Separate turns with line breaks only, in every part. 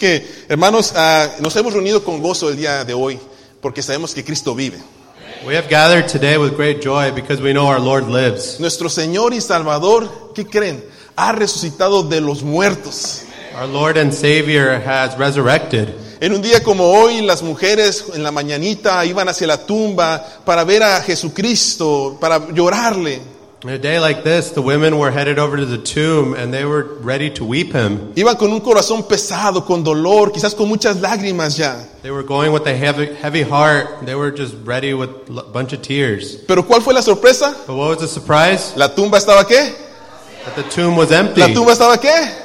que, hermanos, ah, nos hemos reunido con gozo el día de hoy porque sabemos que Cristo vive.
We have gathered today with great joy because we know our Lord lives.
Nuestro Señor y Salvador, ¿qué creen? Ha resucitado de los muertos.
Our Lord and Savior has resurrected.
En un día como hoy, las mujeres en la mañanita iban hacia la tumba para ver a Jesucristo, para llorarle.
On a day like this, the women were headed over to the tomb and they were ready to weep him.
Iban con un corazón pesado, con dolor, quizás con muchas lágrimas ya.
They were going with a heavy, heavy heart. They were just ready with a bunch of tears.
Pero ¿cuál fue la sorpresa?
But what was the surprise?
¿La tumba estaba qué?
That the tomb was empty.
¿La tumba estaba qué?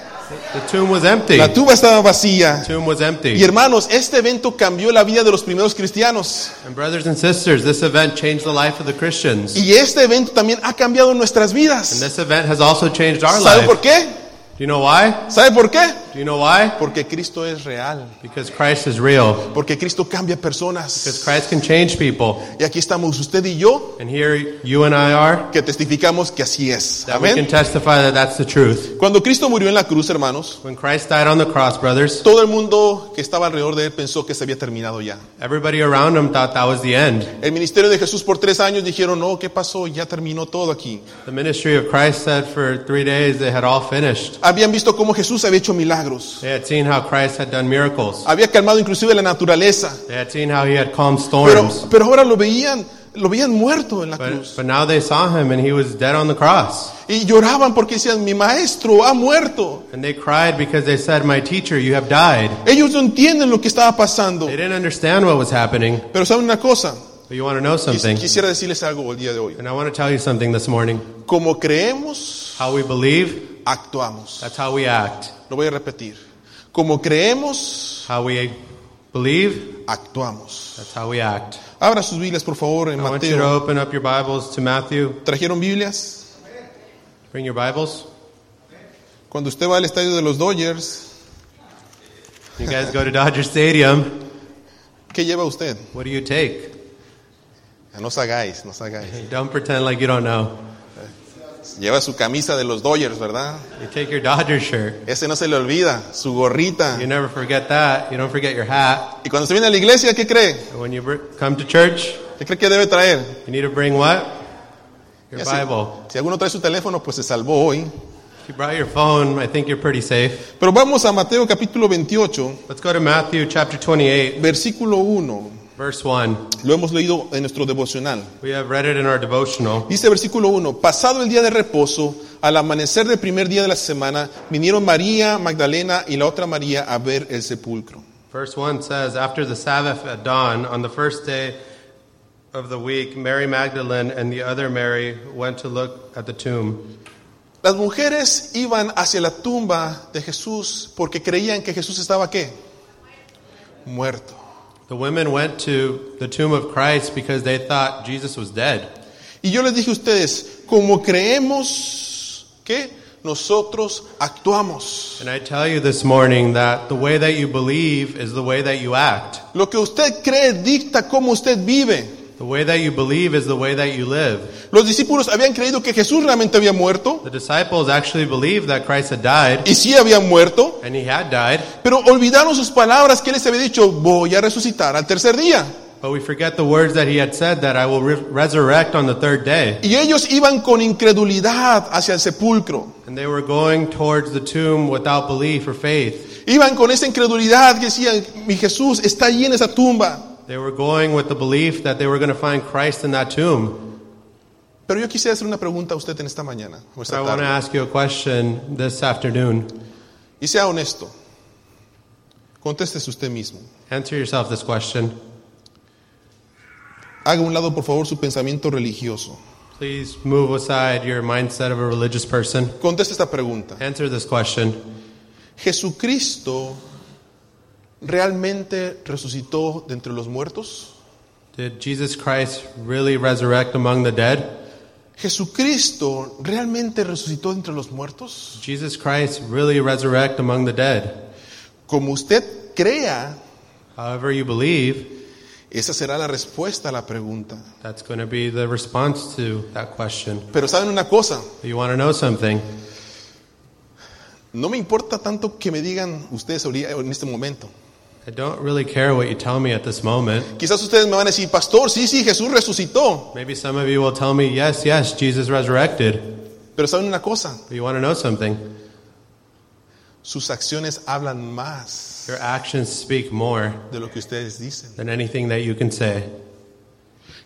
The tomb was empty.
La
The
tumba estaba vacía.
tomb was
Y
empty.
hermanos, este evento cambió la vida de los primeros cristianos.
And brothers and sisters, this event changed the life of the Christians.
Y este evento también ha cambiado nuestras
And
vidas.
this event has also changed our
¿Sabe por
life.
qué?
Do you know why?
¿Sabe por qué?
Do you know why?
Porque Cristo es real.
Because Christ is real.
Porque Cristo cambia
Because
personas.
Christ can change people.
Y aquí estamos usted y yo
And here you and I are.
que testificamos que así es.
That we can
Amén.
testify that that's the truth.
Cuando Cristo murió en la cruz, hermanos,
When Christ died on the cross, brothers,
todo el mundo que estaba alrededor de él pensó que se había terminado ya.
everybody around him thought that was the end.
El ministerio de Jesús por tres años dijeron, no, ¿qué pasó? Ya terminó todo aquí.
The ministry of Christ said for three days they had all finished.
Habían visto cómo Jesús había hecho milagros.
They had seen how Christ had done miracles.
Había calmado inclusive la naturaleza.
They had seen how he had calmed
Pero,
storms.
pero ahora lo veían, lo veían muerto en la
But,
cruz.
but now they saw him and he was dead on the cross.
Y lloraban porque decían, mi maestro ha muerto.
And they cried because they said, My teacher, you have died.
Ellos no entienden lo que estaba pasando.
They didn't understand what was happening.
Pero saben una cosa,
But you want to know
Quis-
something?
quisiera decirles algo el día de hoy.
And I want to tell you something this morning.
Como creemos,
How we believe,
actuamos.
that's how we act.
Lo voy a repetir. Como creemos,
How we believe,
actuamos.
that's how we act.
Abra sus Biblias, por favor, en
I want you to
Mateo.
open up your Bibles to Matthew.
¿Trajeron Biblias?
Bring your Bibles.
Cuando usted va al estadio de los Dodgers,
You guys go to Dodger Stadium.
¿qué lleva usted?
What do you take?
Ah, No os hagáis, no os hagáis.
Don't pretend like you don't know.
Lleva su camisa de los Dodgers, ¿verdad?
You take your Dodger shirt.
Ese no se le olvida, su gorrita.
You never forget that. You don't forget your hat.
Y cuando se viene a la iglesia, ¿qué cree?
And when you br- come to church,
¿Qué cree que debe traer?
you need to bring what? Your
Ya
Bible.
Si, si alguno trae su teléfono, pues se salvó hoy.
If you brought your phone, I think you're pretty safe.
Pero vamos a Mateo capítulo 28,
Let's go to Matthew chapter 28,
versículo 1.
verse 1.
Lo hemos leído en nuestro devocional.
We have read it in our devotional.
Dice versículo 1, pasado el día de reposo, al amanecer del primer día de la semana, vinieron María Magdalena y la otra María a ver el sepulcro.
Verse 1 says, After the Sabbath at dawn, on the first day of the week, Mary Magdalene and the other Mary went to look at the tomb.
Las mujeres iban hacia la tumba de Jesús porque creían que Jesús estaba qué? Muerto.
The women went to the tomb of Christ because they thought Jesus was dead.
Y yo les dije a ustedes, como creemos que nosotros actuamos.
And I tell you this morning that the way that you believe is the way that you act.
Lo que usted cree dicta cómo usted vive.
The way that you believe is the way that you live.
Los discípulos habían creído que Jesús realmente había muerto
The disciples actually believed that Christ had died,
y sí había muerto.
and he had died,
Pero olvidaron sus palabras que él les había dicho, voy a resucitar al tercer día.
but we forget the words that he had said that I will re- resurrect on the third day.
Y ellos iban con incredulidad hacia el sepulcro.
And they were going towards the tomb without belief or faith.
Iban con esa incredulidad que decían, mi Jesús está allí en esa tumba.
They were going with the belief that they were going to find Christ in that tomb.
Pero yo quisiera hacer una pregunta a usted en esta mañana, o
So I
esta
want
tarde.
to ask you a question this afternoon.
Y sea honesto. Contéstese usted mismo.
Answer yourself this question.
Haga a un lado, por favor, su pensamiento religioso.
Please move aside your mindset of a religious person.
Conteste esta pregunta.
Answer this question.
¿Jesucristo realmente resucitó de entre los muertos?
Did Jesus Christ really resurrect among the dead?
¿Jesucristo realmente resucitó de entre los muertos?
Did Jesus Christ really resurrect among the dead?
Como usted crea,
However you believe,
esa será la respuesta a la pregunta.
that's going to be the response to that question.
Pero saben una cosa,
You want to know something?
No me importa tanto que me digan ustedes ahorita- en este momento.
I don't really care what you tell me at this moment.
Quizás ustedes me van a decir, pastor, sí, sí, Jesús resucitó.
Maybe some of you will tell me, yes, yes, Jesus resurrected.
Pero saben una cosa,
But you want to know something?
sus acciones hablan más
Your actions speak more
de lo que ustedes dicen.
than anything that you can say.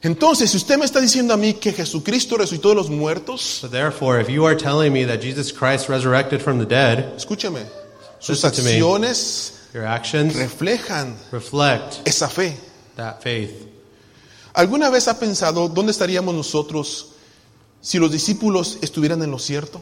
Entonces, si usted me está diciendo a mí que Jesucristo resucitó de los muertos,
So therefore, if you are telling me that Jesus Christ resurrected from the dead,
escúcheme, sus
Listen to me.
acciones
your actions
reflejan
reflect
esa fe.
that faith.
¿Alguna vez ha pensado dónde estaríamos nosotros si los discípulos estuvieran en lo cierto?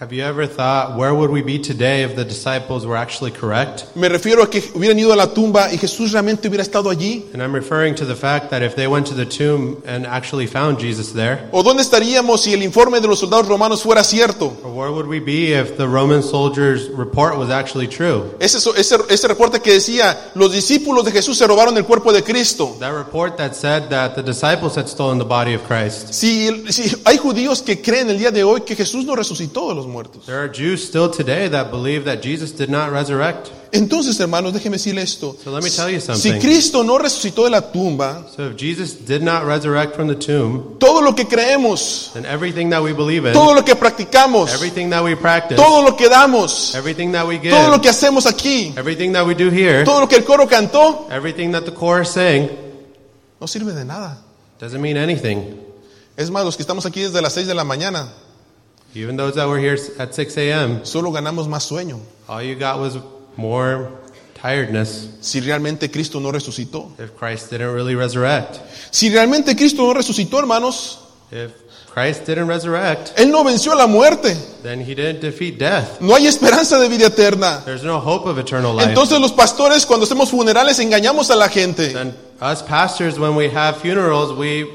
Have you ever thought, where would we be today if the disciples were actually correct?
Me refiero a que hubieran ido a la tumba y Jesús realmente hubiera estado allí.
And I'm referring to the fact that if they went to the tomb and actually found Jesus there,
¿O dónde estaríamos si el informe de los soldados romanos fuera cierto?
or where would we be if the Roman soldiers' report was actually true?
Ese, ese, ese reporte que decía, los discípulos de Jesús se robaron el cuerpo de Cristo.
That report that said that the disciples had stolen the body of Christ.
Si, si hay judíos que creen el día de hoy que Jesús no resucitó de los muertos.
There are Jews still today that believe that Jesus did not resurrect.
Entonces, hermanos, déjeme decirle esto.
So let me tell you something.
Si Cristo no resucitó de la tumba,
So if Jesus did not resurrect from the tomb,
todo lo que creemos,
then everything that we believe in,
todo lo que practicamos,
everything that we practice,
todo lo que damos,
everything that we
todo lo
give,
que hacemos aquí,
everything that we do here,
todo lo que el coro cantó,
everything that the chorus sang,
no sirve de nada.
doesn't mean anything.
Es más, los que estamos aquí desde las 6 de la mañana,
Even those that were here at 6 a.m.,
solo ganamos más sueño
all you got was more tiredness
si realmente Cristo no resucitó.
if Christ didn't really resurrect.
Si realmente Cristo no resucitó, hermanos,
If Christ didn't resurrect,
Él no venció a la muerte.
then he didn't defeat death.
No hay esperanza de vida eterna.
There's no hope of eternal life.
Entonces los pastores cuando hacemos funerales engañamos a la gente.
Then us pastors, when we have funerals, we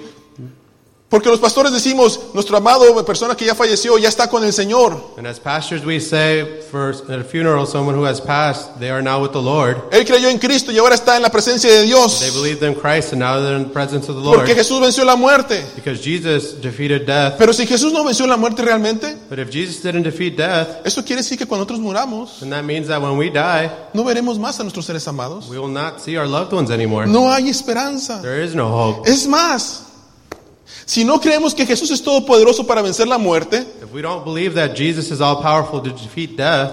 Porque los pastores decimos, nuestro amado, persona que ya falleció, ya está con el Señor.
and as pastors we say for at a funeral someone who has passed, they are now with the Lord.
Él creyó en Cristo y ahora está en la presencia de
They
Dios.
believed in Christ and now they're in the presence of the Lord.
Porque Jesús venció la muerte.
Because Jesus defeated death.
Pero si Jesús no venció la muerte realmente,
But if Jesus didn't defeat death,
eso quiere decir que cuando nosotros muramos,
then that means that when we die,
no veremos más a nuestros seres amados.
we will not see our loved ones anymore.
No hay esperanza.
There is no hope.
Es más, si no creemos que Jesús es todopoderoso para vencer la muerte,
If we don't believe that Jesus is all powerful to defeat death,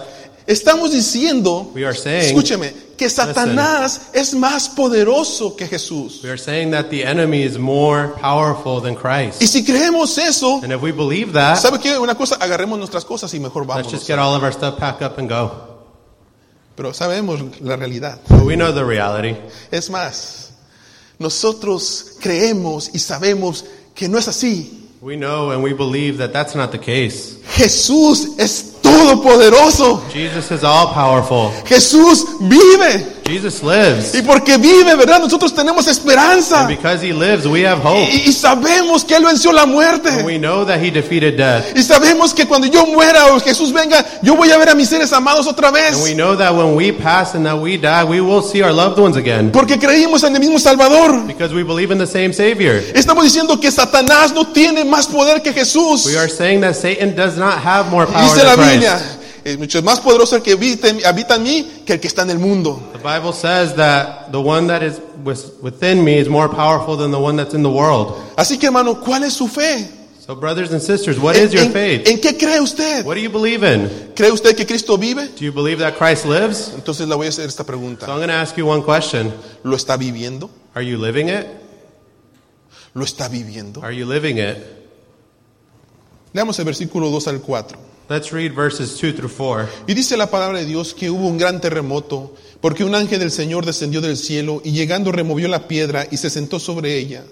estamos diciendo,
we are saying
escúcheme, que Satanás es más poderoso que Jesús.
we are saying that the enemy is more powerful than
Y
Christ.
si creemos eso,
And if we believe that,
¿sabe qué? Una cosa, agarremos nuestras cosas y mejor
let's
vamos.
just get all of our stuff packed up and go.
Pero sabemos la realidad.
But we know the reality.
Es más, nosotros creemos y sabemos que no es así.
We know and we believe that that's not the case.
Jesús es todopoderoso.
Jesus is all powerful.
Jesús vive.
Jesus lives.
Y porque vive, ¿verdad? Nosotros tenemos esperanza.
And because he lives, we have hope.
Y, y sabemos que Él venció la
And
muerte.
we know that he defeated death.
Y sabemos que cuando yo muera o Jesús venga, yo voy a ver a mis seres amados otra
And we
vez.
know that when we pass and that we die, we will see our loved ones again.
Porque creímos en el mismo Salvador.
Because we believe in the same Savior.
Estamos diciendo que Satanás no tiene más poder que Jesús.
We are saying that Satan does not have more power
Dice la
than Christ.
Biblia, es mucho más poderoso el que habita en, habita en mí que el que está en el mundo.
The Bible says that the one that is with- within me is more powerful than the one that's in the world.
Así que hermano, ¿cuál es su fe?
So, brothers and sisters, what
¿En,
is your
en-
faith?
en qué cree usted?
What do you believe in?
¿Cree usted que Cristo vive?
Do you believe that Christ lives?
Entonces le voy a hacer esta
So,
pregunta.
I'm going to ask you one question
¿Lo está viviendo?
Are you living it?
¿Lo está viviendo?
Are you living it?
Leamos el versículo 2 al 4.
Let's read verses 2 through 4.
Y dice la palabra de Dios que hubo un gran terremoto, porque un ángel del Señor descendió del cielo y llegando removió la piedra y se sentó sobre ella.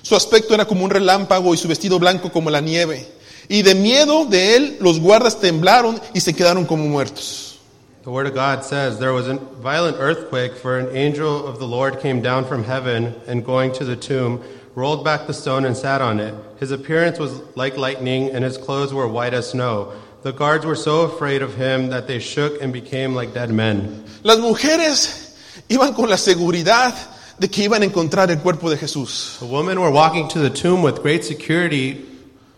Su aspecto era como un relámpago y su vestido blanco como la nieve. Y de miedo de él los guardas temblaron y se quedaron como muertos.
The Word of God says, There was a violent earthquake, for an angel of the Lord came down from heaven and going to the tomb, rolled back the stone and sat on it. His appearance was like lightning, and his clothes were white as snow. The guards were so afraid of him that they shook and became like dead men.
Las mujeres iban con la seguridad de que iban a encontrar el cuerpo de Jesús.
The women were walking to the tomb with great security,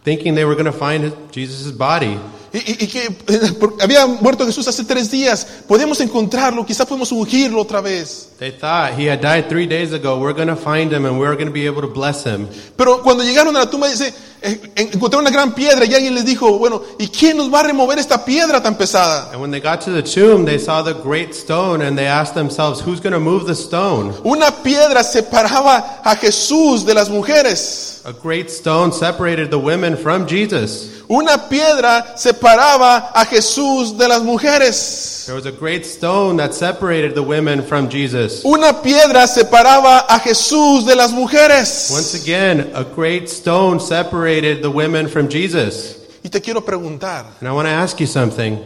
thinking they were going to find Jesus' body.
Y y, y- y que eh, por- había muerto Jesús hace tres días. Podemos encontrarlo, quizás podemos ungirlo otra vez.
They thought he had died three days ago. We're going to find him and we're going to be able to bless him.
Pero cuando llegaron a la tumba, dice, eh, en- encontraron una gran piedra y alguien les dijo, bueno, ¿y quién nos va a remover esta piedra tan pesada?
And when they got to the tomb, they saw the great stone and they asked themselves, who's going to move the stone?
Una piedra separaba a Jesús de las mujeres.
A great stone separated the women from Jesus.
Una piedra separaba a Jesús de las mujeres.
There was a great stone that separated the women from Jesus.
Una piedra separaba a Jesús de las
Once
mujeres.
again, a great stone separated the women from Jesus.
Y te quiero preguntar,
And I want to ask you something.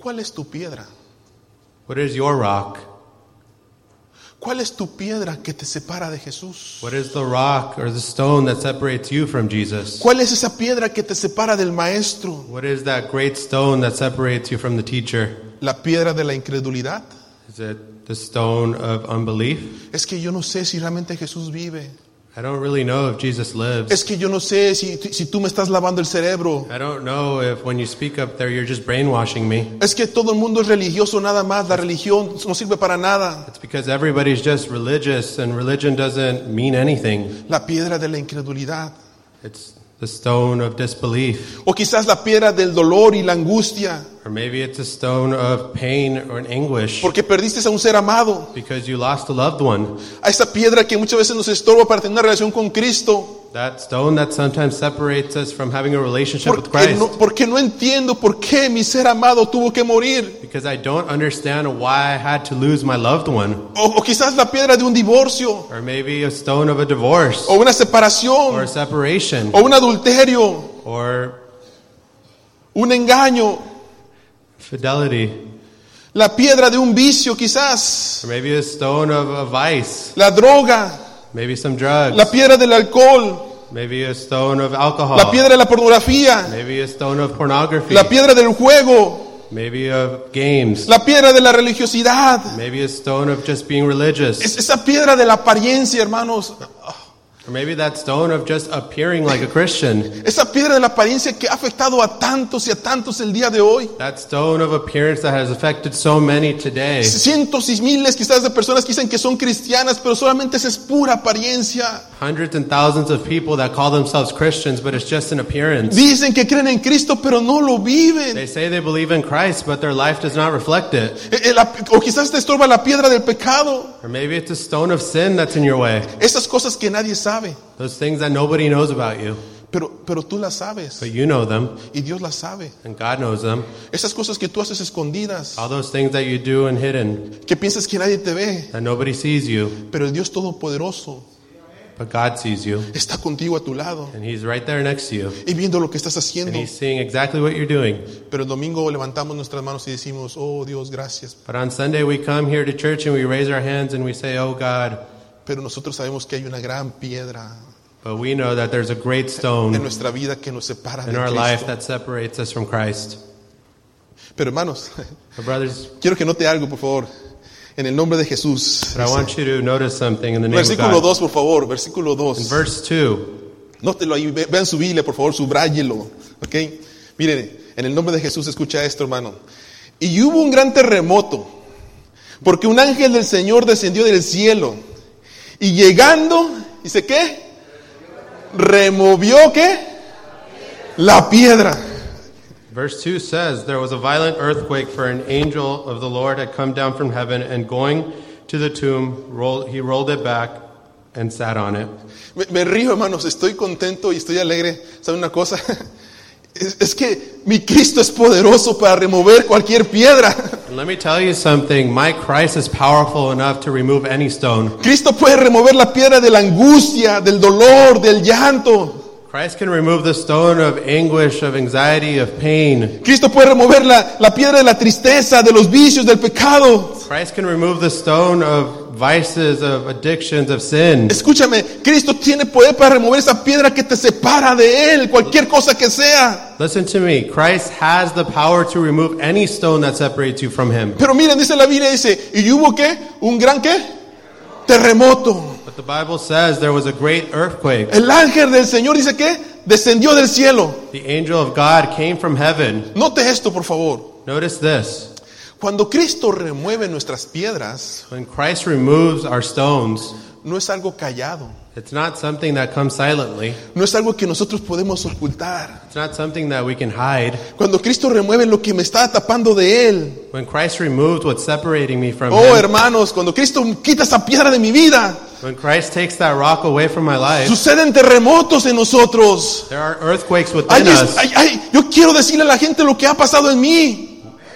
¿cuál es tu piedra?
What is your rock?
¿Cuál es tu piedra que te separa de Jesús?
What is the rock or the stone that separates you from Jesus?
¿Cuál es esa piedra que te separa del Maestro?
What is that great stone that separates you from the teacher?
¿La piedra de la incredulidad?
Is it the stone of unbelief?
Es que yo no sé si realmente Jesús vive.
I don't really know if Jesus lives.
Es que yo no sé si, si tú me estás lavando el cerebro.
I don't know if when you speak up there you're just brainwashing me.
Es que todo el mundo es religioso nada más. La religión no sirve para nada.
It's because everybody's just religious and religion doesn't mean anything.
La piedra de la incredulidad.
It's the stone of disbelief.
O quizás la piedra del dolor y la angustia.
Or maybe it's a stone of pain or an anguish
Porque perdiste a un ser amado.
because you lost a loved one.
A esa piedra que muchas veces nos estorba para tener una relación con Cristo.
That stone that sometimes separates us from having a relationship with
Porque
Christ.
no, porque no entiendo por qué mi ser amado tuvo que morir.
Because I don't understand why I had to lose my loved one.
O, o quizás la piedra de un divorcio.
Or maybe a stone of a divorce
O una
or
separación.
a separation
O un adulterio.
or
Un engaño.
fidelity.
La piedra de un vicio quizás.
Or maybe a stone of a vice.
La droga.
Maybe some drugs.
La piedra del alcohol.
Maybe a stone of alcohol.
La piedra de la pornografía.
Maybe a stone of pornography.
La piedra del juego.
Maybe of games.
La piedra de la religiosidad.
Maybe a stone of just being religious.
Es esa piedra de la apariencia, hermanos.
Or maybe that stone of just appearing like a Christian.
Esa piedra de la apariencia que ha afectado a tantos y a tantos el día de hoy.
That stone of appearance that has affected so many today.
Cientos y miles quizás de personas que dicen que son cristianas, pero solamente esa es pura apariencia.
Hundreds and thousands of people that call themselves Christians, but it's just an appearance.
Dicen que creen en Cristo, pero no lo viven.
They say they believe in Christ, but their life does not reflect it.
Eh, eh, la- o quizás te estorba la piedra del pecado.
Or maybe it's a stone of sin that's in your way.
Esas cosas que nadie sabe,
Those things that nobody knows about you,
pero, pero tú las sabes
but you know them,
y Dios las sabe.
and God knows them.
Esas cosas que tú haces escondidas,
All those things that you do and hidden
que piensas que nadie te ve,
that nobody sees you,
pero el Dios Todopoderoso
but God sees you.
está contigo a tu lado
And He's right there next to you.
y viendo lo que estás
And
haciendo.
He's seeing exactly what you're doing.
Pero el domingo levantamos nuestras manos y decimos, oh Dios, gracias.
But on Sunday, we come here to church and we raise our hands and we say, Oh God.
Pero nosotros sabemos que hay una gran piedra
But we know that there's a great
en
stone
nuestra vida que nos separa de
in our life
Cristo.
that separates us from Christ.
Pero hermanos,
But brothers,
quiero que note algo, por favor. En el nombre de Jesús.
but I want you to notice something in the name of
Versículo 2,
God.
por favor, versículo 2.
Verse 2.
Nótelo ahí, ve- vean su Biblia, por favor, subráyelo. ¿Ok? Miren, en el nombre de Jesús, escucha esto, hermano. Y hubo un gran terremoto, porque un ángel del Señor descendió del cielo y llegando, dice qué? Removió qué? La piedra.
Verse 2 says, There was a violent earthquake, for an angel of the Lord had come down from heaven, and going to the tomb, rolled, he rolled it back and sat on it.
Me, me río, hermanos, estoy contento y estoy alegre. ¿Saben una cosa? Es, es que mi Cristo es poderoso para remover cualquier piedra.
And let me tell you something my Christ is powerful enough to remove any stone.
Cristo puede remover la piedra de la angustia, del dolor, del llanto.
Christ can remove the stone of anguish, of anxiety, of pain.
Cristo puede remover la, la piedra de la tristeza, de los vicios, del pecado.
Christ can remove the stone of vices, of addictions, of sin.
Escúchame, Cristo tiene poder para remover esa piedra que te separa de Él, cualquier cosa que sea.
Listen to me. Christ has the power to remove any stone that separates you from Him.
Pero miren, dice la Biblia, dice, ¿y hubo qué? ¿Un gran qué? Terremoto.
But the Bible says there was a great earthquake.
El ángel del Señor dice que descendió del cielo.
The angel of God came from heaven.
Note esto, por favor.
Notice this.
Cuando Cristo remueve nuestras piedras,
When Christ removes our stones,
no es algo callado,
it's not something that comes silently.
no es algo que nosotros podemos ocultar.
It's not something that we can hide.
Cuando Cristo remueve lo que me está tapando de Él.
When Christ removed what's separating me from
Oh,
him,
hermanos, cuando Cristo quita esa piedra de mi vida,
when Christ takes that rock away from my life,
suceden terremotos en nosotros.
there are earthquakes
Ay,
within
es-
us.
ay, ay, yo quiero decirle a la gente lo que ha pasado en mí.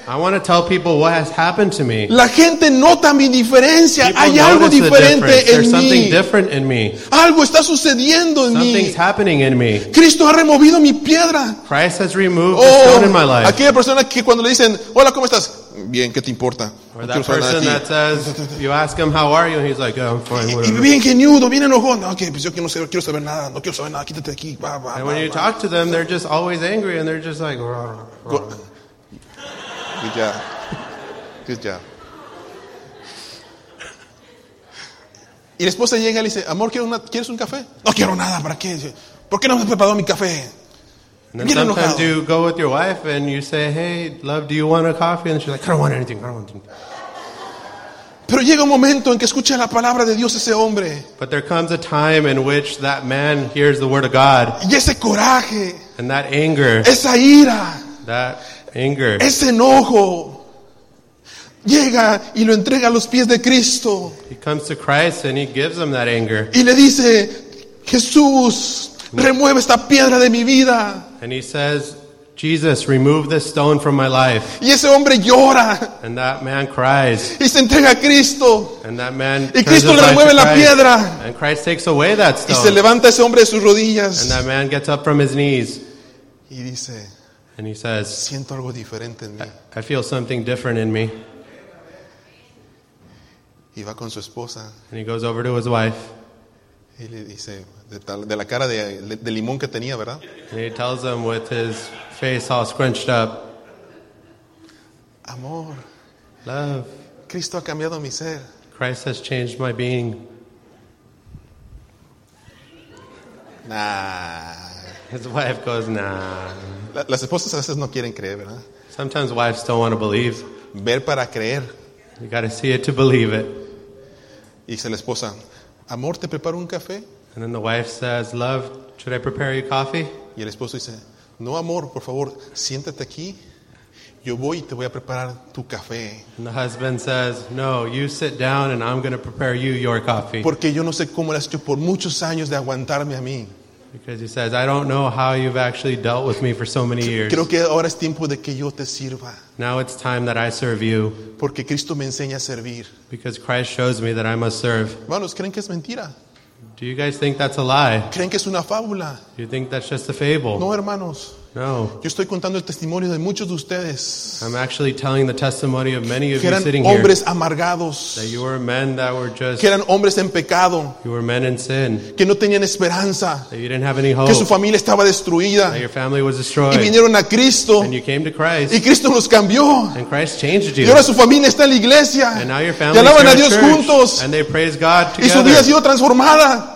I want to tell people what has happened to me.
La gente nota mi diferencia.
People
Hay algo
notice the difference.
diferente
There's
en
something
mí.
different in me.
Algo está sucediendo en
Something's
mí.
happening in me.
Cristo ha removido mi piedra.
Christ has removed the
Oh,
stone in my life.
aquella persona que cuando le dicen, hola, ¿cómo estás? Bien, ¿qué te importa? No
Or
quiero
that
saber nada de
person
ti.
that says, you ask him, how are you? And he's like, "Yeah, I'm fine,
Y
whatever.
bien ingenudo, bien enojón. No, que pues yo que no sé, no quiero saber nada, no quiero saber nada, quítate de aquí. va, va,
And
va,
when you
va.
talk to them, they're just always angry and they're just like, "Rah, rah, rah."
Go- Good job. Good job. Y la esposa llega y le dice, amor, ¿quieres, una- ¿quieres un café? No quiero nada, ¿para qué? Dice, ¿Por qué no me has preparado mi café?
and then
Bien
sometimes
enojado.
you go with your wife and you say, hey, love, do you want a coffee? And she's like, I don't want anything. I don't want anything.
Pero llega un momento en que escucha la palabra de Dios ese hombre.
But there comes a time in which that man hears the word of God
Y ese coraje,
and that anger,
esa ira,
that anger,
ese enojo, llega y lo entrega a los pies de Cristo.
he comes to Christ and he gives him that anger.
Y le dice, Jesús, remueve esta piedra de mi vida.
And he says, Jesus, remove this stone from my life.
Y ese hombre llora
And that man cries.
y se entrega a Cristo.
And that man
Y
turns
Cristo
his
le
life to
remueve la
Christ.
piedra.
And Christ takes away that
Y se
stone.
levanta ese hombre de sus
And
rodillas
that man gets up from his knees
y dice,
and he says,
siento algo diferente en mí.
I feel something different in me.
Y va con su esposa
And he goes over to his wife
y le dice, de, tal- de la cara de, de limón que tenía, ¿verdad?
and he tells him with his face all scrunched up,
Amor,
Love,
Cristo ha cambiado mi ser.
Christ has changed my being.
Nah.
His wife goes, Nah.
La- Las esposas a veces no quieren creer, ¿verdad?
Sometimes wives don't want to believe.
Ver para creer.
You got to see it to believe it.
Y dice la esposa, amor, ¿te preparo un café?
And then the wife says, Love, should I prepare you coffee?
Y el esposo dice, no, amor, por favor, siéntate aquí. Yo voy y te voy a preparar tu café.
And the husband says, No, you sit down and I'm going to prepare you your coffee.
Porque yo no sé cómo lo has hecho por muchos años de aguantarme a mí.
Because he says, I don't know how you've actually dealt with me for so many years.
Creo que ahora es tiempo de que yo te sirva.
Now it's time that I serve you
Porque Cristo me enseña a servir.
because Christ shows me that I must serve.
Hermanos, ¿creen que es mentira?
Do you guys think that's a lie?
¿Creen que es una fábula?
Do you think that's just a fable?
No, hermanos.
No.
Yo estoy contando el testimonio de muchos de ustedes
I'm actually telling the testimony of many of
que
you
eran
sitting here
hombres amargados,
that you were men that were just,
que eran hombres en pecado,
you were men in sin,
que no tenían esperanza,
that you didn't have any hope,
que su
that
familia estaba destruida
your family was
y
destroyed.
vinieron a Cristo
And you came to Christ
y Cristo los cambió.
and Christ changed
Y
you.
ahora su familia está en la iglesia.
And now your
Y
family is
alaban a
here
Dios
at church,
juntos.
and they praise God
Y su vida ha
together.
sido transformada.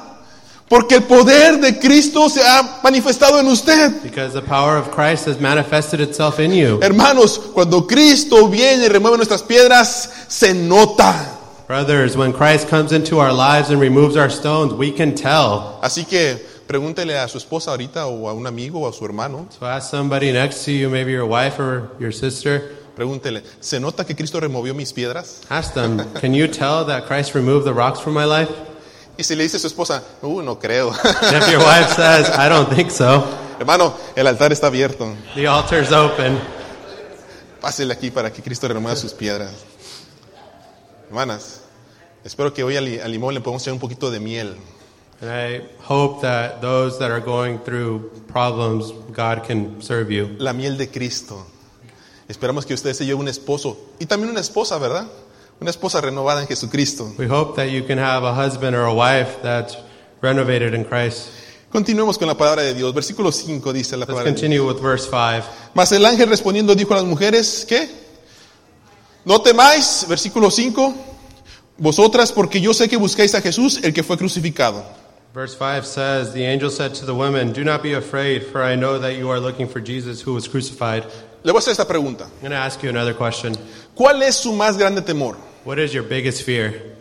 Porque el poder de Cristo se ha manifestado en usted.
Because the power of Christ has manifested itself in you.
Hermanos, cuando Cristo viene y remueve nuestras piedras, se nota.
Brothers, when Christ comes into our lives and removes our stones, we can tell.
Así que pregúntele a su esposa ahorita o a un amigo o a su hermano.
So ask somebody next to you, maybe your wife or your sister,
Pregúntele, ¿se nota que Cristo removió mis piedras?
ask them, can you tell that Christ removed the rocks from my life?
Y si le dice a su esposa, uh, no creo.
And if your wife says, I don't think so,
Hermano, el altar está abierto.
the altar's open.
Pásele aquí para que Cristo remueva sus piedras. Hermanas, espero que hoy al, li- al limón le podamos echar un poquito de miel.
And I hope that those that are going through problems, God can serve you.
La miel de Cristo. Esperamos que usted se lleve un esposo y también una esposa, ¿verdad? Una esposa renovada en Jesucristo.
We hope that you can have a husband or a wife that's renovated in Christ.
Continuemos con la palabra de Dios. Versículo 5 dice la
Let's
palabra de Dios.
continue with verse 5.
Mas el ángel respondiendo dijo a las mujeres, ¿qué? No temáis, versículo 5, vosotras, porque yo sé que buscáis a Jesús, el que fue crucificado.
Verse 5 says, The angel said to the women, Do not be afraid, for I know that you are looking for Jesus who was crucified.
Le voy a hacer esta pregunta.
I'm going to ask you another question.
¿Cuál es su más grande temor?
What is your biggest fear?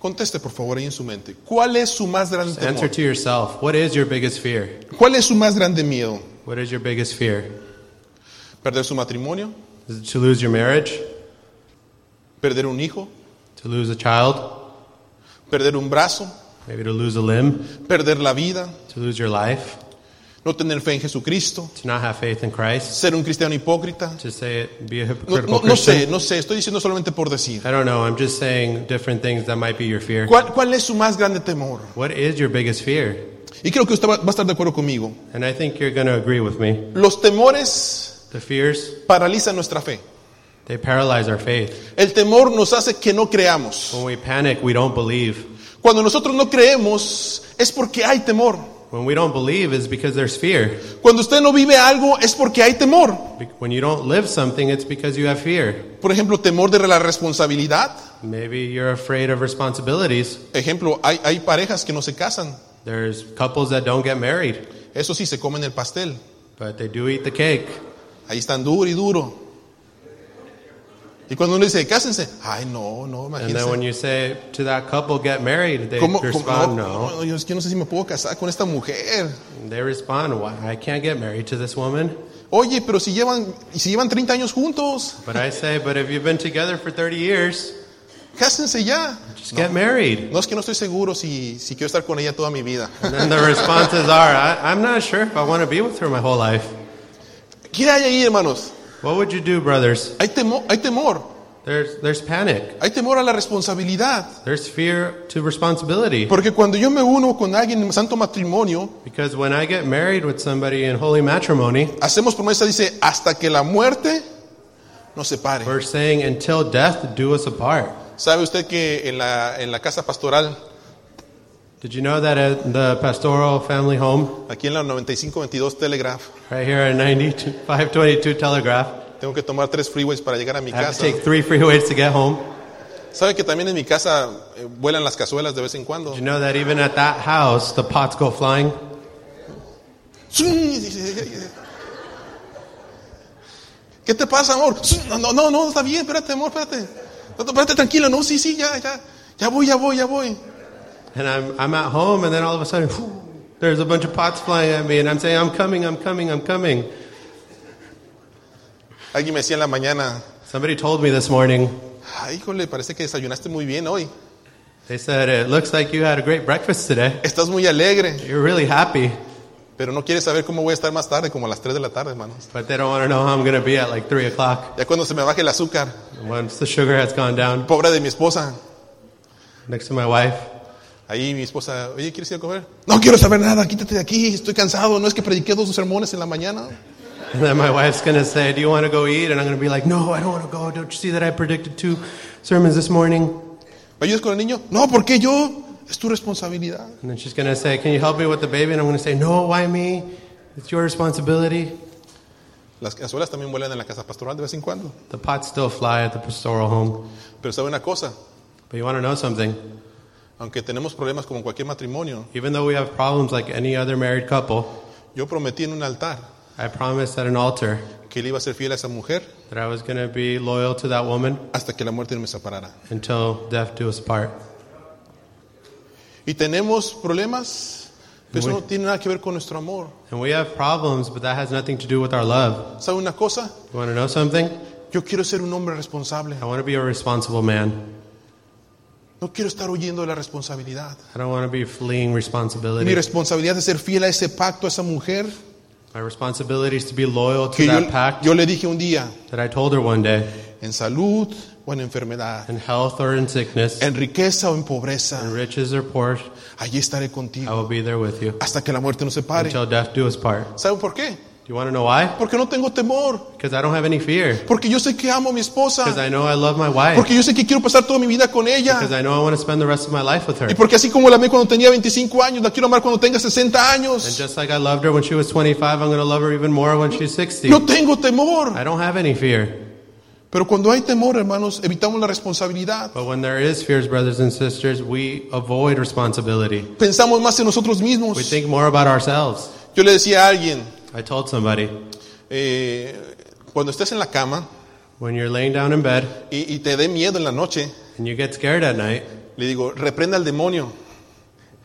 Conteste por favor ahí en su mente. ¿Cuál es su más grande
Answer
temor?
to yourself. What is your biggest fear?
¿Cuál es su más grande miedo?
What is your biggest fear?
¿Perder su matrimonio?
Is it to lose your marriage?
¿Perder un hijo?
To lose a child?
¿Perder un brazo?
Maybe to lose a limb?
¿Perder la vida?
To lose your life?
¿No tener fe en Jesucristo?
To not have faith in Christ?
¿Ser un cristiano hipócrita?
To say it, be a
No,
hypocritical
no- no
Christian?
sé, no sé, estoy diciendo solamente por decir.
I don't know. I'm just saying different things that might be your fear.
¿Cuál, cuál es su más grande temor?
What is your biggest fear?
Y creo que usted va, va a estar de acuerdo conmigo.
And I think you're going to agree with me.
Los temores
The fears,
paralizan nuestra fe.
they paralyze our faith.
El temor nos hace que no creamos.
When we panic, we don't believe.
Cuando nosotros no creemos es porque hay temor.
When we don't believe, it's because there's fear.
Cuando usted no vive algo es porque hay temor.
Be- When you don't live something, it's because you have fear.
Por ejemplo, temor de la responsabilidad.
Maybe you're afraid of responsibilities.
Ejemplo, hay, hay parejas que no se casan.
There's couples that don't get married,
Eso sí, se comen el pastel.
but they do eat the cake.
Ahí están duro y duro. Y cuando uno dice, cásense. Ay, no, no,
And then
imagínense.
when you say to that couple, get married, they
¿Cómo, Ah, cómo-
respond,
no,
no.
no, yo es que no sé si me puedo casar con esta mujer.
They respond, why? I can't get married to this woman.
Oye, pero si llevan, si llevan 30 años juntos,
But I say, but if you've been together for 30 years,
cásense ya.
just get married.
No es que no estoy seguro si, si quiero estar con ella toda mi vida.
And then the responses are, I, I'm not sure if I want to be with her my whole life.
¿Qué hay ahí, hermanos?
What would you do, brothers?
Hay temor, hay temor.
There's, there's panic.
Hay temor a la responsabilidad.
There's fear to responsibility.
Porque cuando yo me uno con alguien en santo matrimonio,
Because when I get married with somebody in holy matrimony,
hacemos promesa, dice, hasta que la muerte nos separe.
we're saying, until death do us apart.
¿Sabe usted que en la, en la casa pastoral,
Did you know that at the pastoral family home,
aquí en la 9522 Telegraph,
right here at 9522 Telegraph,
tengo que tomar tres freeways para llegar a mi
I have
casa?
to take three freeways to get home?
¿Sabe que también en mi casa eh, vuelan las cazuelas de vez en cuando?
Did you know that even at that house, the pots go flying?
¿Qué te pasa, amor? No, no, no, no, está bien, espérate, amor, espérate. No, no, espérate, tranquilo, no, sí, sí, ya, ya. Ya voy, ya voy, ya voy.
And I'm, I'm at home, and then all of a sudden, whew, there's a bunch of pots flying at me, and I'm saying, I'm coming, I'm coming, I'm coming.
Alguien me decía en la mañana,
Somebody told me this morning,
ay, híjole, parece que desayunaste muy bien hoy.
they said, It looks like you had a great breakfast today.
Estás muy alegre,
You're really happy,
pero no quieres saber cómo voy a estar más tarde, como a las 3 de la tarde, hermanos.
but they don't want to know how I'm going to be at like 3 o'clock
Ya cuando se me baje el azúcar,
once the sugar has gone down.
pobre de mi esposa.
Next to my wife,
Ahí mi esposa, oye, ¿quieres ir a comer? No quiero saber nada, quítate de aquí, estoy cansado, no es que prediqué dos sermones en la mañana.
and then my wife's going to say, Do you want to go eat? And I'm going to be like, No, I don't want to go. Don't you see that I predicted two sermons this morning?
¿Me ayudas con el niño? No, porque yo, es tu responsabilidad.
And then she's going to say, Can you help me with the baby? And I'm going to say, No, why me? It's your responsibility.
Las cazuelas también vuelan en la casa pastoral de vez en cuando.
The pots still fly at the pastoral home.
Pero sabe una cosa,
But you want to know something?
aunque tenemos problemas como en cualquier matrimonio,
Even though we have problems like any other married couple,
yo prometí en un altar
I promised at an altar
que le iba a ser fiel a esa mujer
that I was going to be loyal to that woman
hasta que la muerte no me separara.
until death do us part.
Y tenemos problemas, pero eso no tiene nada que ver con nuestro amor.
And we have problems, but that has nothing to do with our love.
¿Sabe una cosa?
You want to know something?
Yo quiero ser un hombre responsable.
I want to be a responsible man.
No quiero estar huyendo de la responsabilidad.
I don't want to be fleeing
Mi
responsibility.
responsabilidad es ser fiel a ese pacto, a esa mujer
My responsibility is to be loyal to
que yo,
that pact
yo le dije un día,
that I told her one day
en salud o en enfermedad,
in health or in sickness,
en riqueza o en
in
pobreza,
riches or poor,
allí estaré
I
contigo.
will be there with you
hasta que la muerte nos separe.
until death do us part. Do
¿Saben por qué?
you want to know why?
Porque no tengo temor,
Because I don't have any fear.
porque yo sé que amo a mi
Because
esposa,
I know I love my wife.
Ah. porque yo sé que quiero pasar toda mi vida con
Because
ella,
I know I want to spend the rest of my life with her.
y porque así como la amé cuando tenía 25 años, la quiero amar cuando tenga 60
And
años.
just like I loved her when she was 25, I'm going to love her even more when she's 60.
No tengo temor,
I don't have any fear.
Pero cuando hay temor, hermanos, evitamos la responsabilidad.
But when there is fears, brothers and sisters, we avoid responsibility.
Pensamos más en nosotros
We
mismos.
think more about ourselves.
Yo le decía a alguien,
I told somebody,
eh, cuando estés en la cama
when you're laying down in bed
y, y te dé miedo en la noche,
and you get scared at night,
le digo, reprenda al demonio.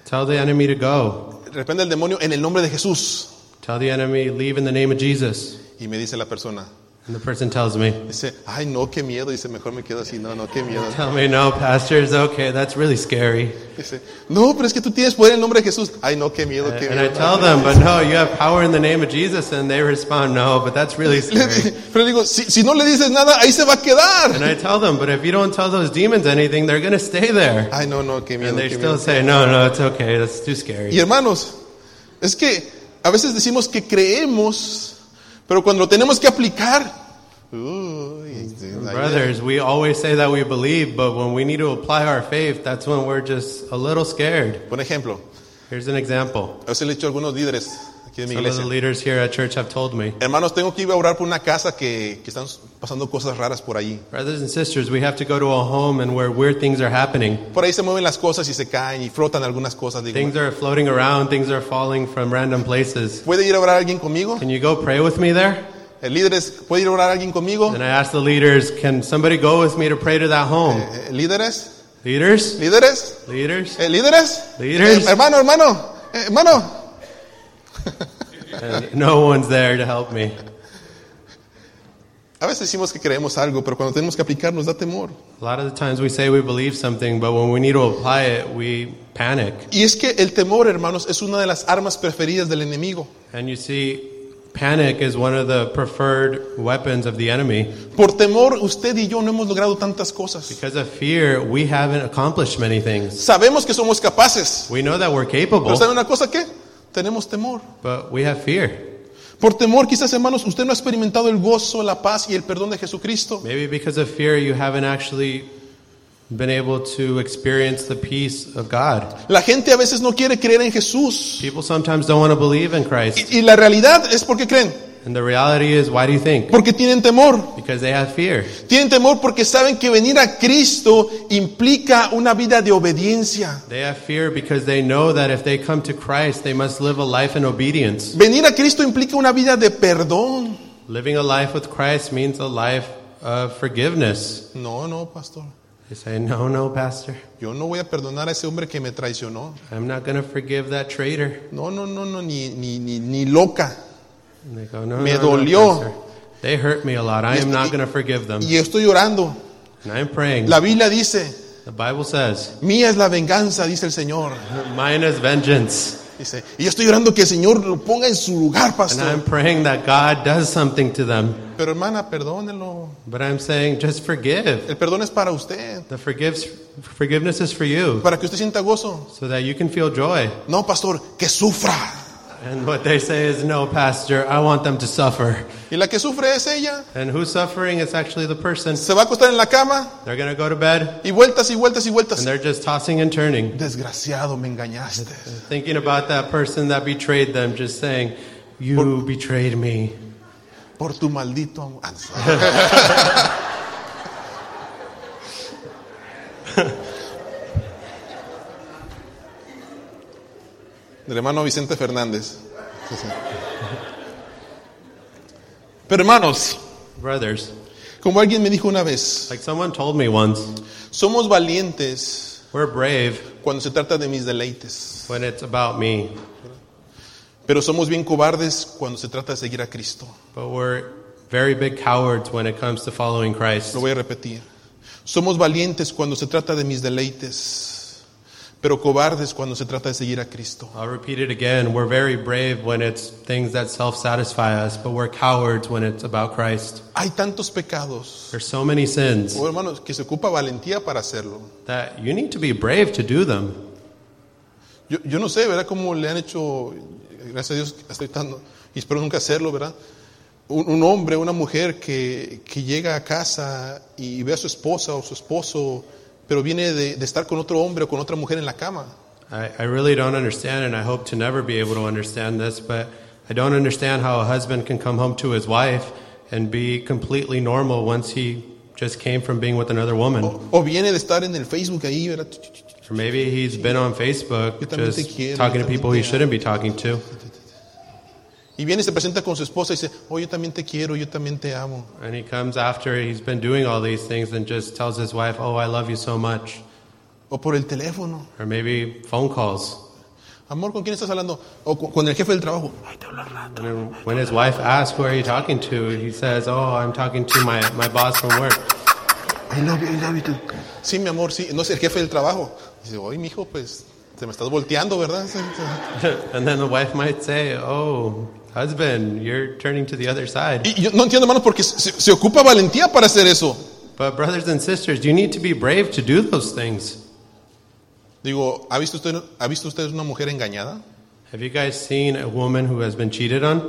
tell the enemy to go.
Reprenda al demonio en el nombre de Jesús.
Tell the enemy, leave in the name of Jesus.
Y me dice la persona,
And the person tells me,
dice, ay no, qué miedo. Dice, mejor me quedo así. No, no, qué miedo.
tell me, no, pastor, it's okay. That's really scary.
Dice, no, pero es que tú tienes poder en el nombre de Jesús. Ay no, qué miedo, qué
And I
miedo.
tell them, but no, you have power in the name of Jesus. And they respond, no, but that's really
Le
scary.
di- Pero le digo, si, si no le dices nada, ahí se va a
And
quedar.
I tell them, but if you don't tell those demons anything, they're going to stay there.
Ay no, no, qué miedo,
And they
qué
still
miedo.
say, no, no, it's okay. That's too
Y
scary.
hermanos, es que a veces decimos que creemos, pero cuando lo tenemos que aplicar, uy,
Brothers, we always say that we believe, but when we need to apply our faith, that's when we're just a little scared.
por ejemplo,
Here's an example.
a veces le he dicho a algunos líderes aquí de mi
Some of the
iglesia,
leaders here at church have told me.
hermanos, tengo que ir a orar por una casa que, que están pasando cosas raras por ahí.
Brothers and sisters, we have to go to a home and where weird things are happening.
Por ahí se mueven las cosas y se caen y frotan algunas cosas. Digo,
Things are floating around, things are falling from random places.
¿puede ir a orar alguien conmigo?
Can you go pray with me there?
El líderes, ¿puede ir a orar alguien conmigo?
And I asked the leaders, can somebody go with me to pray to that home?
Eh, ¿Líderes?
Leaders?
¿Líderes?
Leaders?
Eh, ¿Líderes?
Líderes.
Eh, hermano, hermano, eh, hermano.
And no one's there to help me.
A veces decimos que creemos algo, pero cuando tenemos que aplicar nos da temor.
A lot of the times we say we believe something, but when we need to apply it, we panic.
Y es que el temor, hermanos, es una de las armas preferidas del enemigo.
And you see, panic is one of the preferred weapons of the enemy.
Por temor, usted y yo no hemos logrado tantas cosas.
Because of fear, we haven't accomplished many things.
Sabemos que somos capaces.
We know that we're
Pero
capable,
¿saben una cosa qué? Tenemos temor.
but we have fear.
Por temor, quizás, hermanos, usted no ha experimentado el gozo, la paz y el perdón de Jesucristo.
Maybe because of fear, you haven't actually been able to experience the peace of God.
La gente a veces no quiere creer en Jesús.
People sometimes don't want to believe in Christ.
Y, y la realidad es porque creen,
And the reality is, why do you think?
porque tienen temor.
Because they have fear.
Tienen temor porque saben que venir a Cristo implica una vida de obediencia.
They have fear because they know that if they come to Christ, they must live a life in obedience.
Venir a Cristo implica una vida de perdón.
Living a life with Christ means a life of forgiveness.
No, no, pastor.
They say, No, no, Pastor.
Yo no voy a perdonar a ese hombre que me traicionó.
I'm not going to forgive that traitor.
No, no, no, no, ni, ni, ni, ni loca.
And they go, no,
Me
no, no,
dolió.
Pastor. They hurt me a lot. I
Y-
am
y-
not going to forgive them.
Y estoy orando.
And I'm praying.
La Biblia dice,
The Bible says,
mía es la venganza, dice el Señor.
mine is vengeance.
Dice, y yo estoy orando que el Señor lo ponga en su lugar,
And I'm
pastor.
praying that God does something to them.
Pero hermana, perdónelo.
But I'm saying, just forgive.
El perdón es para usted,
The forgives, forgiveness is for you
para que usted sienta gozo.
so that you can feel joy.
No, pastor, que sufra.
And what they say is, no, Pastor, I want them to suffer.
Y la que sufre es ella.
And who's suffering is actually the person.
Se va a acostar en la cama
They're going to go to bed
y vueltas y vueltas y
and
vueltas.
they're just tossing and turning,
Desgraciado, me engañaste.
thinking about that person that betrayed them, just saying, You betrayed me.
Por tu maldito amor. Ah, no. Del hermano Vicente Fernández. Sí, sí. Pero hermanos,
Brothers,
como alguien me dijo una vez,
like someone told me once,
somos valientes
we're brave
cuando se trata de mis deleites,
when it's about me,
pero somos bien cobardes cuando se trata de seguir a Cristo.
but we're very big cowards when it comes to following Christ.
Lo voy a repetir. Somos valientes cuando se trata de mis deleites, pero cobardes cuando se trata de seguir a Cristo.
I'll repeat it again. We're very brave when it's things that self satisfy us, but we're cowards when it's about Christ.
Hay tantos pecados,
There's so many sins
oh, hermanos, que se ocupa valentía para hacerlo.
that you need to be brave to do them.
Yo, yo no sé, ¿verdad? Cómo le han hecho, gracias a Dios, estoy tan, y espero nunca hacerlo, ¿verdad? Un, un hombre, una mujer que, que llega a casa y ve a su esposa o su esposo, pero viene de, de estar con otro hombre o con otra mujer en la cama.
I, I really don't understand, and I hope to never be able to understand this, but I don't understand how a husband can come home to his wife and be completely normal once he just came from being with another woman.
O viene de estar en el Facebook ahí, ¿verdad?
Or maybe he's been on Facebook
Yo también te
just
quiero,
talking
yo
to
también
people he
te
shouldn't be talking to.
Y viene y se presenta con su esposa y dice, oh, yo también te quiero, yo también te amo.
And he comes after he's been doing all these things and just tells his wife, Oh, I love you so much.
O por el teléfono.
Or maybe phone calls.
Amor, ¿con quién estás hablando? O cu- con el jefe del trabajo. Ay, te hablo al rato.
And then when his wife asks, Who are you talking to? He says, Oh, I'm talking to my, my boss from work.
I love you, I love you too. Sí, mi amor, sí. No es el jefe del trabajo. Dice, oye, mijo, pues, te me estás volteando, ¿verdad? Sí, sí.
and then the wife might say, Oh, husband, you're turning to the other side.
Y yo no entiendo, hermano, porque se, se ocupa valentía para hacer eso.
But, brothers and sisters, you need to be brave to do those things.
Digo, ¿ha visto usted, ¿ha visto usted una mujer engañada?
Have you guys seen a woman who has been cheated on?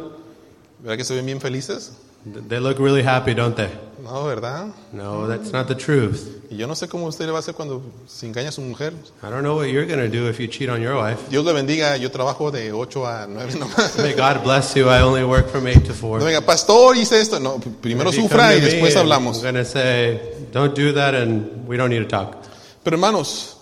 ¿Verdad que se ven bien felices?
Th- They look really happy, don't they?
No, ¿verdad?
No, that's not the truth.
Y yo no sé cómo usted le va a hacer cuando se engaña a su mujer.
I don't know what you're going to do if you cheat on your wife.
Dios le bendiga, yo trabajo de 8 a 9 nomás.
May God bless you. I only work from 8 to 4.
No venga, pastor, hice esto. No, primero
If you
sufra
come
y
to me
después
and
hablamos.
I'm going to say, don't do that and we don't need to talk.
Pero hermanos,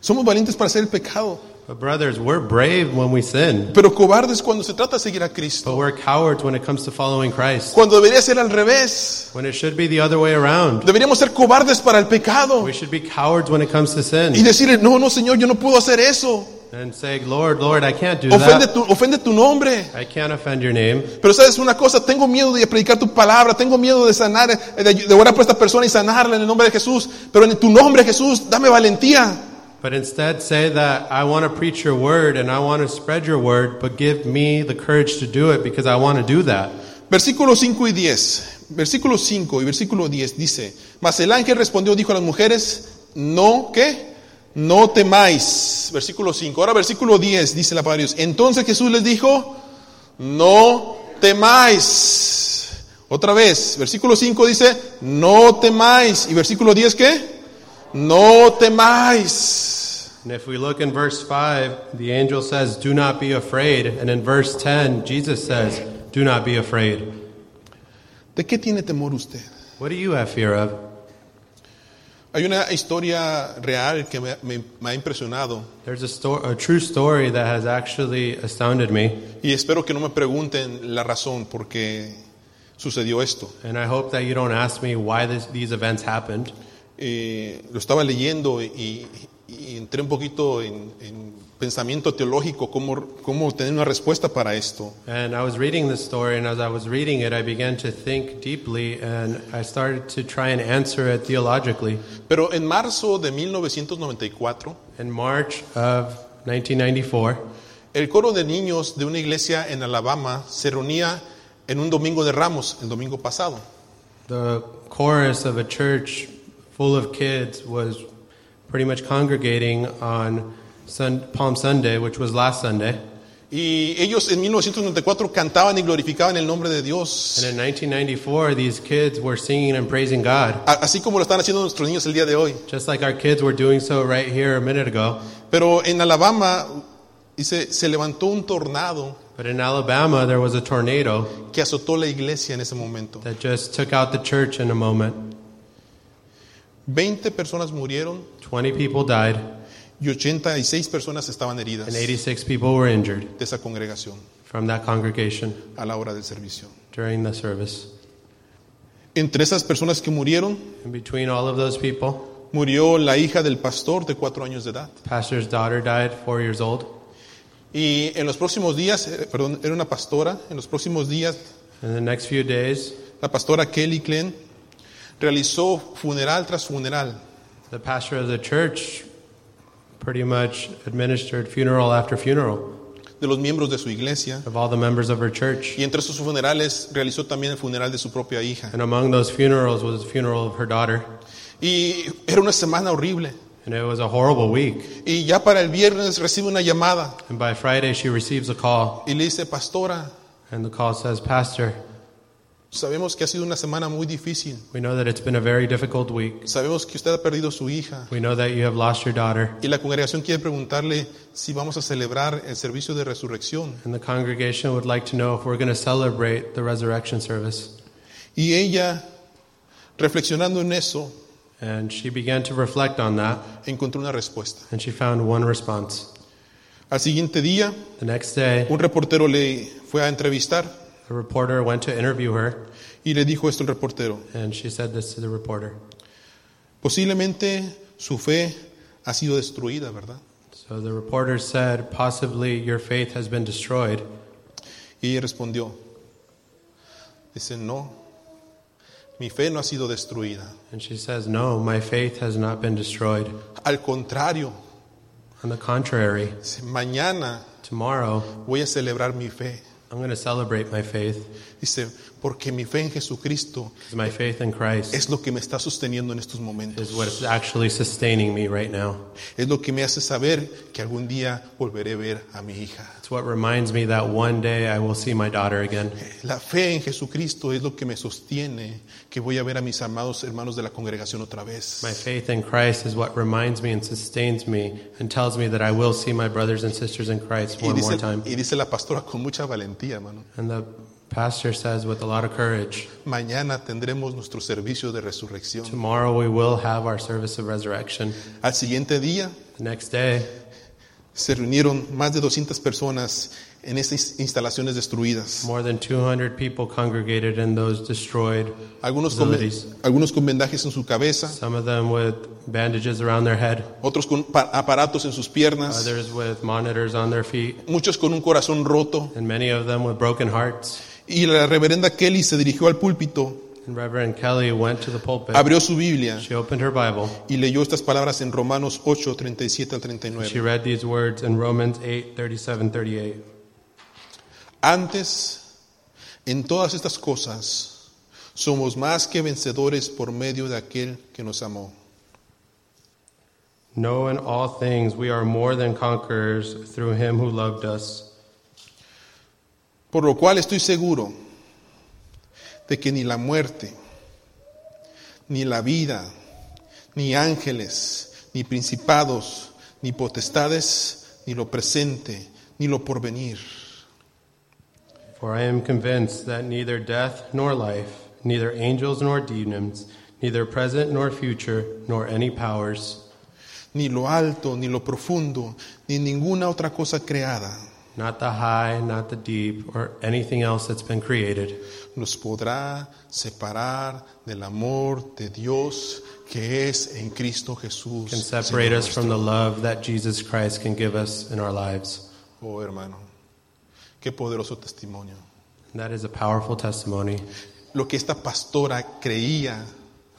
somos valientes para hacer el pecado,
But brothers, we're brave when we sin.
pero cobardes cuando se trata de seguir a Cristo.
But we're cowards when it comes to following Christ.
Cuando debería ser al revés.
When it should be the other way around.
Deberíamos ser cobardes para el pecado
We should be cowards when it comes to
y
sin.
decirle, no, no, Señor, yo no puedo hacer eso.
And say, Lord, Lord, I can't do
Ofende
that.
tu, ofende tu nombre.
I can't offend your name.
Pero sabes una cosa, tengo miedo de predicar tu palabra, tengo miedo de sanar, eh, de, de orar por esta persona y sanarla en el nombre de Jesús. Pero en tu nombre, Jesús, dame valentía.
But instead say that I want to preach your word and I want to spread your word, but give me the courage to do it because I want to do that.
Versículos 5 y 10. Versículo 5 y versículo 10 dice, mas el ángel respondió, dijo a las mujeres, no, ¿qué? No temáis. Versículo 5. Ahora versículo 10 dice la palabra de Dios. Entonces Jesús les dijo, no temáis. Otra vez, versículo 5 dice, no temáis. Y versículo 10, ¿qué? No temáis.
And if we look in verse 5, the angel says, Do not be afraid. And in verse 10, Jesus says, Do not be afraid.
¿De qué tiene temor usted?
What do you have fear of?
Hay una historia real que me- me- me ha impresionado.
There's a, sto- a true story that has actually astounded me.
Y espero que no me pregunten la razón por qué sucedió esto.
And I hope that you don't ask me why this, these events happened.
Eh, lo estaba leyendo y, y entré un poquito en, en pensamiento teológico, cómo, cómo tener una respuesta para esto.
And I was reading this story, and as I was reading it, I began to think deeply and I started to try and answer it theologically.
Pero en marzo de 1994,
In March of 1994,
el coro de niños de una iglesia en Alabama se reunía en un domingo de ramos, el domingo pasado.
the chorus of a church full of kids was pretty much congregating on Sun- Palm Sunday, which was last Sunday.
Y ellos en 1994 cantaban y glorificaban el nombre de Dios,
And in 1994, these kids were singing and praising God,
a- así como lo están haciendo nuestros niños el día de hoy.
just like our kids were doing so right here a minute ago.
Pero en Alabama dice, se levantó un tornado
But in Alabama, there was a tornado
que azotó la iglesia en ese momento.
that just took out the church in a moment.
20 personas murieron
20 people died,
y 86 personas estaban heridas
and 86 people were injured
de esa congregación
from that congregation
a la hora del servicio.
during the service.
Entre esas personas que murieron,
In between all of those people,
murió la hija del pastor de cuatro años de edad.
pastor's daughter died, four years old.
Y en los próximos días, eh, perdón, era una pastora, en los próximos días,
In the next few days,
la pastora Kelly Klein realizó funeral tras funeral
the pastor of the church pretty much administered funeral after funeral
de los miembros de su iglesia.
of all the members of her church.
Y entre sus funerales realizó también el funeral de su propia hija.
And among those funerals was the funeral of her daughter.
Y era una semana horrible.
And it was a horrible week.
Y ya para el viernes recibe una llamada
And by Friday, she receives a call.
y le dice, pastora,
And the call says, Pastor,
sabemos que ha sido una semana muy difícil.
we know that it's been a very difficult week.
Sabemos que usted ha perdido su hija.
We know that you have lost your daughter.
Y la congregación quiere preguntarle si vamos a celebrar el servicio de resurrección.
And the congregation would like to know if we're going to celebrate the resurrection service.
Y ella Reflexionando en eso,
And she began to reflect on that,
encontró una respuesta.
and she found one response.
Al siguiente día,
The next day,
un reportero le fue a entrevistar
a reporter went to interview her,
y le dijo esto el reportero.
and she said this to the reporter.
Posiblemente su fe ha sido destruida, ¿verdad?
So the reporter said, Possibly your faith has been destroyed.
Y ella respondió, dice, no, mi fe no ha sido destruida.
And she says, No, my faith has not been destroyed.
Al contrario,
On the contrary,
dice, mañana
tomorrow
voy a celebrar mi fe.
I'm going to celebrate my faith
Dice, porque mi fe en Jesucristo
because my faith in Christ
es lo que me está sosteniendo en estos momentos.
is what is actually sustaining me right now.
Es lo que me hace saber que algún día volveré a ver a mi hija.
It's what reminds me that one day I will see my daughter again.
La fe en Jesucristo es lo que me sostiene que voy a ver a mis amados hermanos de la congregación otra vez.
My faith in Christ is what reminds me and sustains me and tells me that I will see my brothers and sisters in Christ
Y
one more
dice,
time.
y dice la pastora con mucha valentía, hermano.
And the pastor says with a lot of courage,
Mañana tendremos nuestro servicio de resurrección.
tomorrow we will have our service of resurrection.
Al siguiente día
The next day,
se reunieron más de 200 personas en estas instalaciones destruidas.
more than 200 people congregated in those destroyed
Algunos con,
Facilities.
algunos con vendajes en su cabeza,
Some of them with bandages around their head,
otros con pa- aparatos en sus piernas,
others with monitors on their feet,
muchos con un corazón roto.
and many of them with broken hearts.
Y la reverenda Kelly se dirigió al púlpito,
And Reverend Kelly went to the pulpit.
abrió su Biblia
She opened her Bible.
y leyó estas palabras en Romanos 8, 37 al
She
39.
read these words in Romans 8 37 38.
Antes, en todas estas cosas, somos más que vencedores por medio de aquel que nos amó.
No, in all things we are more than conquerors through him who loved us.
Por lo cual estoy seguro de que ni la muerte, ni la vida, ni ángeles, ni principados, ni potestades, ni lo presente, ni lo porvenir,
For I am convinced that neither death nor life, neither angels nor demons, neither present nor future, nor any powers,
ni lo alto, ni lo profundo, ni ninguna otra cosa creada
not the high, not the deep, or anything else that's been created,
nos podrá separar del amor de Dios que es en Cristo Jesús.
can
Señor
separate us
nuestro.
from the love that Jesus Christ can give us in our lives.
Oh hermano, qué poderoso testimonio.
And that is a powerful testimony.
Lo que esta pastora creía,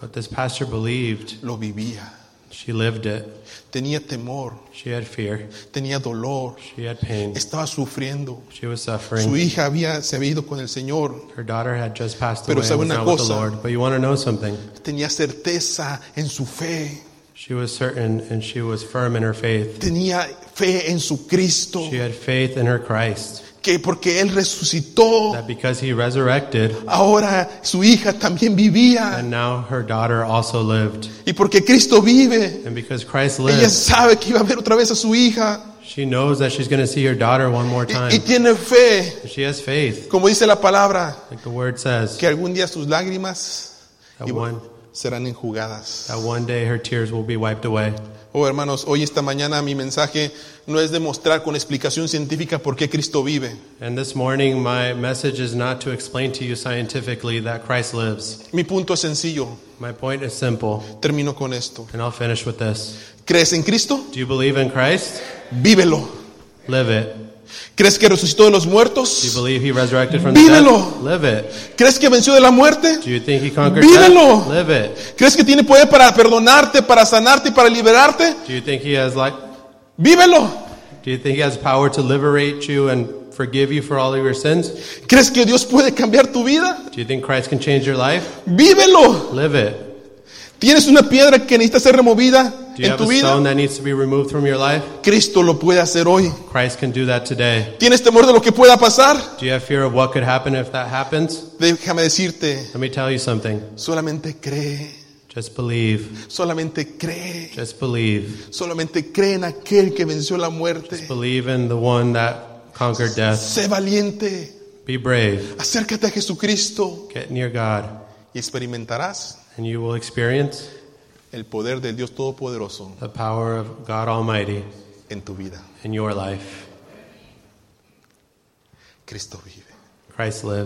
What this pastor believed,
lo vivía.
she lived it.
Tenía temor,
She had fear,
tenía dolor,
she had pain,
estaba sufriendo.
she was
Su
suffering.
hija había, se había ido con el Señor,
Her daughter had just passed
Pero
away and
sabe
was
una
now with the
cosa.
Lord. But you want to know something?
tenía certeza en su fe,
She was certain and she was firm in her faith.
tenía fe en su Cristo,
She had faith in her Christ
que porque Él resucitó,
that because he resurrected,
ahora su hija también vivía.
and now her daughter also lived.
Y porque Cristo vive,
And because Christ
ella
lives,
sabe que iba a ver otra vez a su hija.
she knows that she's going to see her daughter one more
Y, y
time.
tiene fe,
She has faith,
como dice la palabra,
like the word says,
que algún día sus lágrimas
that one,
serán enjugadas.
that one day her tears will be wiped away.
Oh hermanos, hoy esta mañana mi mensaje no es demostrar con explicación científica por qué Cristo vive.
And this morning, my message is not to explain to you scientifically that Christ lives.
Mi punto es sencillo,
My point is simple,
termino con esto.
and I'll finish with this.
¿Crees en Cristo?
Do you believe in Christ?
Vívelo.
Live it.
¿Crees que resucitó de los
Do you
muertos?
believe he resurrected from the
Vívelo.
dead? Live it.
¿Crees que venció de la muerte?
Do you think he conquered
Vívelo.
death? Live it.
¿Crees que tiene poder para perdonarte, para sanarte y para liberarte?
Do you think he has like
Vívelo.
do you think he has power to liberate you and forgive you for all of your sins?
¿Crees que Dios puede cambiar tu vida?
Do you think Christ can change your life?
Vívelo.
Live it.
Tienes una piedra que necesita ser removida
Do you
en
have
tu
a
vida.
stone that needs to be removed from your life?
Cristo lo puede hacer hoy.
Christ can do that today.
¿Tienes temor de lo que pueda pasar?
Do you have fear of what could happen if that happens?
Déjame decirte,
Let me tell you something.
solamente cree,
Just believe.
solamente cree,
Just believe.
solamente cree en aquel que venció la
Just
muerte.
believe in the one that conquered death.
Sé valiente,
Be brave.
acércate a Jesucristo
Get near God
y experimentarás
and you will experience
el poder del Dios Todopoderoso
the power of God Almighty
en tu vida.
in your life.
Cristo vive.
Christ lives.